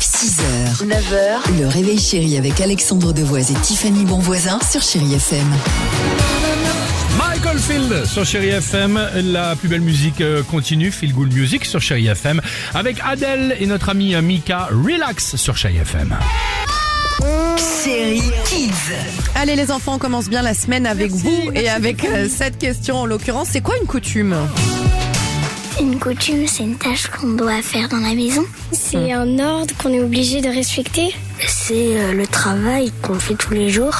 6h, 9h, le réveil chéri avec Alexandre Devoise et Tiffany Bonvoisin sur Chéri FM. Michael Field sur Chéri FM, la plus belle musique euh, continue, Feel Good Music sur Chéri FM, avec Adèle et notre ami euh, Mika Relax sur Chéri FM. Chéri Kids. Allez les enfants, on commence bien la semaine avec vous et avec euh, cette question en l'occurrence. C'est quoi une coutume Une coutume, c'est une tâche qu'on doit faire dans la maison. C'est un ordre qu'on est obligé de respecter. C'est euh, le travail qu'on fait tous les jours.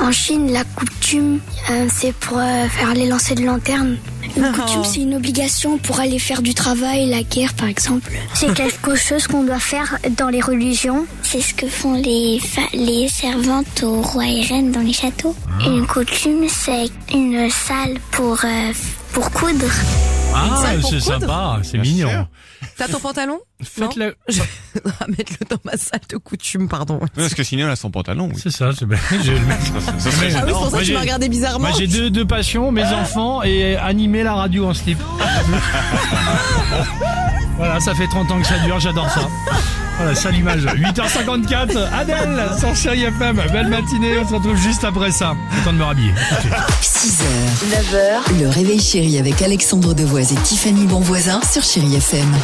En Chine, la coutume, euh, c'est pour euh, faire les lancers de lanterne. Une coutume, c'est une obligation pour aller faire du travail, la guerre par exemple. C'est quelque chose qu'on doit faire dans les religions. C'est ce que font les, fa- les servantes aux rois et reines dans les châteaux. Une coutume, c'est une salle pour, euh, pour coudre. Ah, salle pour c'est coudre sympa, c'est mignon. T'as ton pantalon Non Faites-le. Je Ah, Mets-le dans ma salle de coutume, pardon. Parce que sinon, elle a son pantalon. Oui. C'est ça, c'est bien. Je vais le mettre. Ça Ah serait oui, c'est gênant. pour ça que moi, tu j'ai- m'as regardé bizarrement. Moi j'ai deux, deux passions, mes enfants et animer la radio en slip. voilà, ça fait 30 ans que ça dure, j'adore ça. Voilà, sale image. 8h54, Adèle sur Chéri FM. Belle matinée, on se retrouve juste après ça. Le temps de me rhabiller. 6h, 9h, le réveil chéri avec Alexandre Devoise et Tiffany Bonvoisin sur Chéri FM.